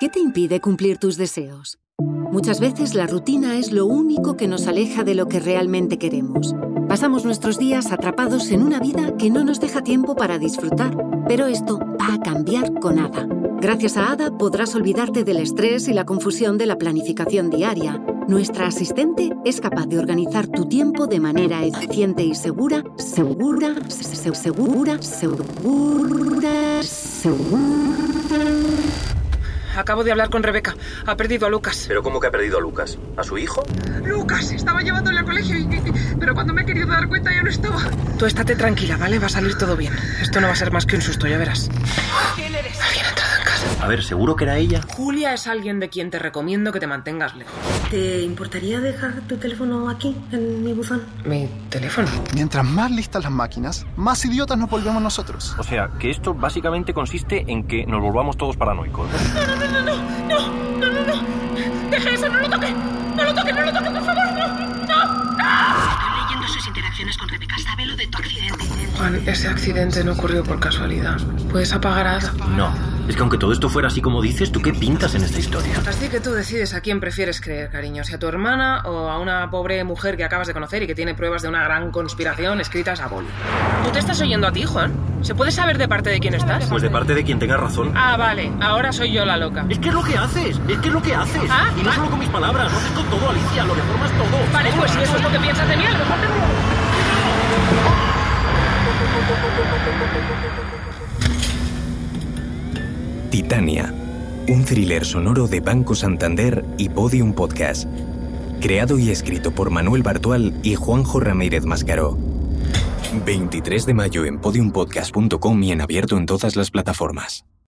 ¿Qué te impide cumplir tus deseos? Muchas veces la rutina es lo único que nos aleja de lo que realmente queremos. Pasamos nuestros días atrapados en una vida que no nos deja tiempo para disfrutar, pero esto va a cambiar con ADA. Gracias a ADA podrás olvidarte del estrés y la confusión de la planificación diaria. Nuestra asistente es capaz de organizar tu tiempo de manera eficiente y segura, segura, se- se- segura, segura, segura. Acabo de hablar con Rebeca. Ha perdido a Lucas. ¿Pero cómo que ha perdido a Lucas? ¿A su hijo? Lucas, estaba llevándole al colegio y... Pero cuando me he querido dar cuenta ya no estaba. Tú estate tranquila, ¿vale? Va a salir todo bien. Esto no va a ser más que un susto, ya verás. ¿Quién eres? Alguien ha entrado en casa. A ver, seguro que era ella. Julia es alguien de quien te recomiendo que te mantengas lejos. ¿Te importaría dejar tu teléfono aquí, en mi buzón? ¿Mi teléfono? Mientras más listas las máquinas, más idiotas nos volvemos nosotros. O sea, que esto básicamente consiste en que nos volvamos todos paranoicos. ¡Deje eso! ¡No lo toque! ¡No lo toque! ¡No lo toque, por favor! ¡No! Estoy leyendo sus interacciones con Rebeca. Sabe lo de tu accidente. Juan, ese accidente no ocurrió por casualidad. ¿Puedes apagar a Ada? No. Es que aunque todo esto fuera así como dices, ¿tú qué pintas en esta historia? Así que tú decides a quién prefieres creer, cariño, si a tu hermana o a una pobre mujer que acabas de conocer y que tiene pruebas de una gran conspiración escritas a boli. ¿Tú te estás oyendo a ti, Juan? ¿Se puede saber de parte de quién estás? Pues de parte de quien tenga razón. Ah, vale, ahora soy yo la loca. Es que es lo que haces, es que es lo que haces. Ah, y no ah. solo con mis palabras, lo haces con todo, Alicia, lo deformas todo. Vale, Todo pues lo si eso es lo que piensas de mí, a lo mejor te muevo. Titania, un thriller sonoro de Banco Santander y Podium Podcast. Creado y escrito por Manuel Bartual y Juanjo Ramírez Mascaró. 23 de mayo en podiumpodcast.com y en abierto en todas las plataformas.